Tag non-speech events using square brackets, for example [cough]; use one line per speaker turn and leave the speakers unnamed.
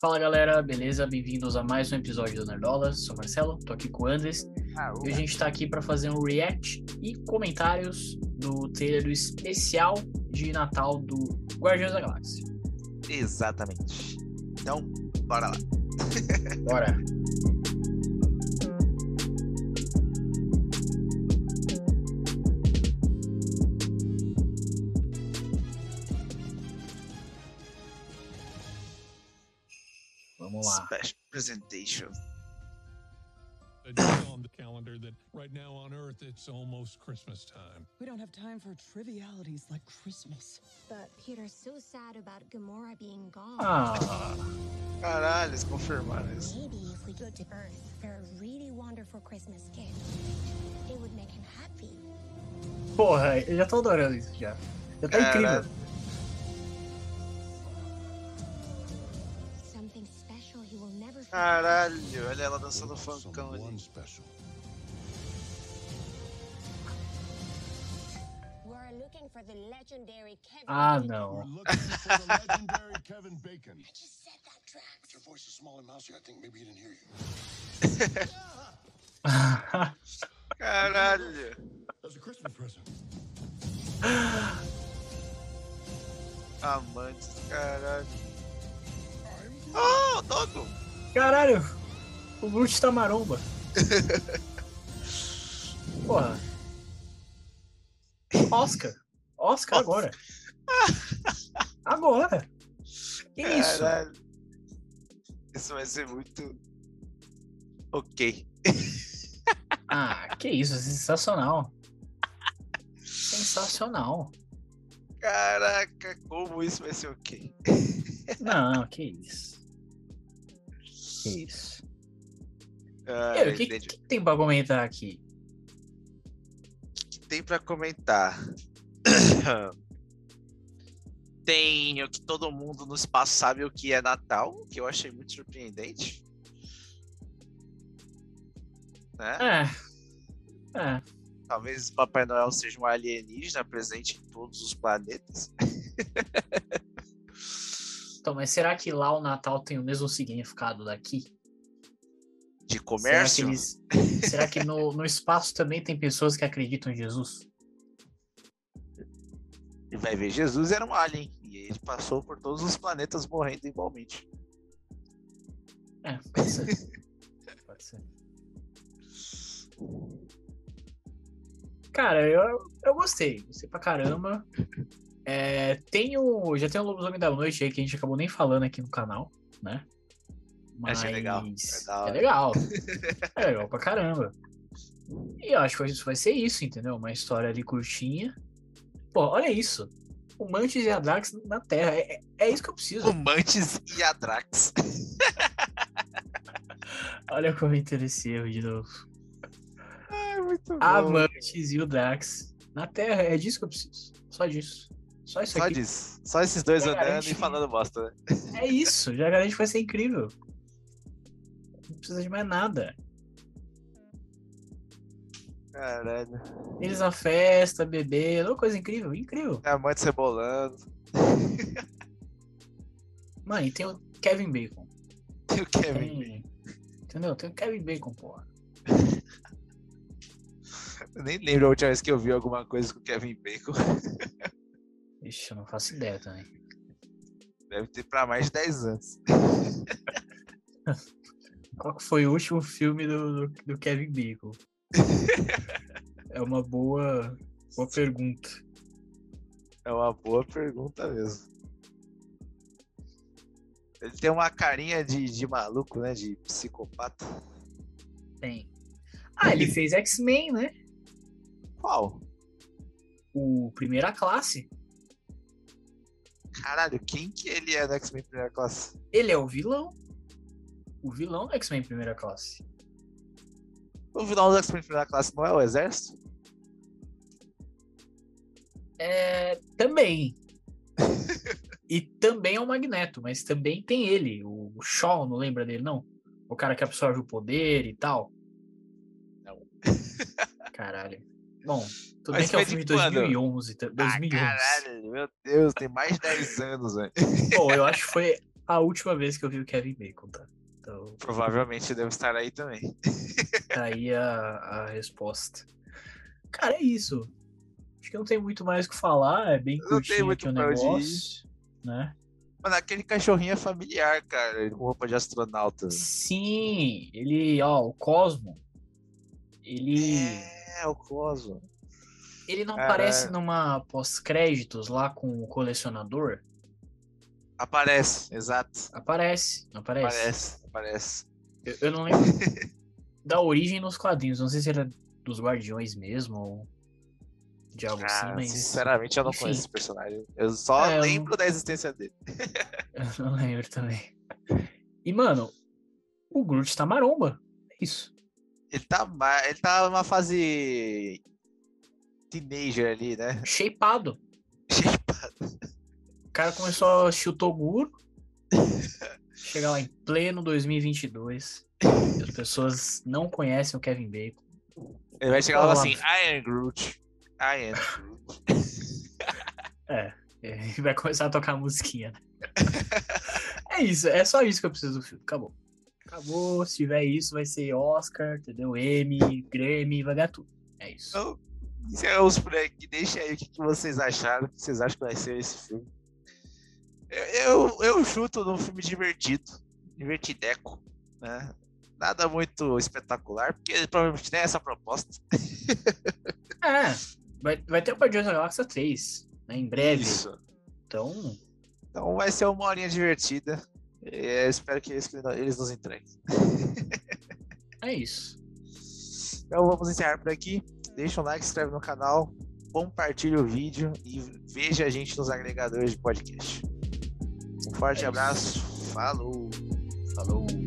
Fala galera, beleza? Bem-vindos a mais um episódio do Nerdola. Sou Marcelo, tô aqui com o Andres. E a gente tá aqui para fazer um react e comentários do trailer especial de Natal do Guardiões da Galáxia.
Exatamente. Então, bora lá.
Bora! Vamos lá.
Special presentation.
a day on the calendar that right now on Earth it's almost Christmas time.
We don't have time for trivialities like Christmas.
But Peter's so sad about Gamora being gone.
Ah,
Caralho, eles confirmaram isso.
Maybe if we go to Earth for a really wonderful Christmas gift, it would make him happy.
porra, eu já tô adorando isso já. Já tá
Caralho.
incrível.
Something special he will never forget.
Ah.
Caralho, olha ela dançando funkão
Someone
ali.
special.
We're looking for the legendary Kevin.
Ah,
Bacon.
não. [laughs]
looking for the legendary Kevin Bacon.
Just said that, Drax.
Your voice is small and mousy. I think maybe he didn't hear you.
Caralho.
That's a Christmas present.
Amantes, caralho. Oh, Dogo!
Caralho, o Groot tá maromba. Porra. Oscar. Oscar agora. Agora. Que isso?
Caralho. Isso vai ser muito. Ok.
Ah, que isso, sensacional. Sensacional.
Caraca, como isso vai ser ok? [laughs]
Não, que isso. Que isso.
Ah,
E aí, o que,
entendi.
que tem pra comentar aqui?
que tem pra comentar? [coughs] tem o que todo mundo no espaço sabe o que é Natal, que eu achei muito surpreendente. Né?
É. É.
Talvez o Papai Noel seja um alienígena presente em todos os planetas.
Então, mas será que lá o Natal tem o mesmo significado daqui?
De
Será que,
comércio?
eles- será que no, no espaço também tem pessoas que acreditam em Jesus?
E vai ver, Jesus era um alien. E ele passou por todos os planetas morrendo igualmente. [laughs]
É, pode ser. pode ser. Cara, eu, eu gostei. Gostei pra
[laughs]
caramba. É, tem o, já tem o Lobisomem da Noite aí que a gente acabou nem falando aqui no canal, né? Mas
Achei legal, é da
É
hora. [laughs]
legal. É legal pra caramba. E eu acho que isso vai ser isso, entendeu? Uma história ali curtinha. Pô, olha isso. O Mantis e a Drax na Terra. É, é- é isso que eu preciso.
O Mantis e a Drax.
Olha como eu entrei esse erro de novo.
Ai, muito
A Mantis e o Drax na Terra. É disso que eu preciso. Só disso. Só isso
Só
aqui.
disso. Só esses dois
É,
andando
gente.
e falando bosta, né?
É isso. Já garante que vai ser incrível. Não precisa de mais nada.
Caralho.
Eles na festa, bebendo. uma Coisa incrível. Incrível.
É A mãe cebolando.
Mano, e tem o Kevin Bacon.
[laughs] E o Kevin.
Tem... Entendeu? Tem o Kevin Bacon, porra.
Eu nem lembro a última vez que eu vi alguma coisa com o Kevin Bacon. [laughs]
Ixi, eu não faço ideia também.
Deve ter pra mais de 10 anos.
Qual que foi o último filme do, do, do Kevin
[laughs]
Bacon? é uma boa, boa pergunta.
É uma boa pergunta mesmo. Ele tem uma carinha de, de maluco, né? De psicopata. É
Tem. Ah, ele fez X-Men, né?
Qual?
O Primeira Classe.
Caralho, quem que ele é no X-Men Primeira Classe?
Ele é o vilão. O vilão do X-Men Primeira Classe.
O final do X-Men Primeira Classe não é o Exército?
É. Também. e também é o Magneto, mas também tem ele. O o Shaw, não lembra dele, não? O cara que absorve o poder e tal.
Não.
Caralho. Bom, tudo bem
Mas
que é
foi
o filme de
de quando?
2011. tá- 2011.
Ah, caralho, meu Deus, tem mais de 10 anos, velho.
Bom, eu acho que foi a última vez que eu vi o Kevin Bacon, tá? Então,
Provavelmente deve estar aí também.
tá aí a, a resposta. Cara, é isso. Acho que não tem muito mais o que falar. É bem
Não tem
curtinho
muito
aqui o
pra onde ir.
negócio. Né?
Mano, aquele cachorrinho é familiar, cara. Ele com roupa de astronauta.
Sim, ele, ó, o Cosmo, ele,
É, o Cosmo.
ele não
Caralho.
aparece numa pós-créditos lá com o colecionador?
Aparece, exato.
Aparece, não aparece?
Aparece, aparece.
Eu, eu não lembro da origem nos quadrinhos, não sei se era dos Guardiões mesmo ou de algo assim,
[laughs] Ah,
mas
sinceramente, eu não
enfim.
conheço esse personagem. Eu só
É, eu-
lembro da existência dele.
eu não lembro também. E, mano, o Groot tá maromba, é isso.
Ele tá, ma- ele tá numa fase teenager ali, né? [laughs]
Shapeado. O cara começou a chutar o muro. Chega lá em pleno 2022. e As pessoas não conhecem o Kevin Bacon.
Ele vai chegar lá e falar
Olá.
assim, I am Groot. I am.
É, E vai começar a tocar a musiquinha. né? é isso, é só isso que eu preciso do filme. Acabou. Acabou. Se tiver isso, vai ser Oscar, entendeu? M, Grammy, vai ganhar tudo. É isso.
Então, encerramos por aqui. Deixa aí o que, que vocês acharam. O que vocês acham que vai ser esse filme? Eu, eu, eu chuto num filme divertido. Divertideco. Né? Nada muito espetacular, porque provavelmente nem é essa a proposta.
É, vai, vai ter o Guardiões da Galáxia 3, né? Em breve.
[laughs] Isso.
Então,
Então vai ser uma horinha divertida. É, espero que eles, eles nos entreguem. [laughs]
é isso.
Então vamos encerrar por aqui. Deixa um like, se inscreve no canal, compartilha o vídeo e veja a gente nos agregadores de podcast. Um
É
forte
isso.
abraço. Falou.
Falou.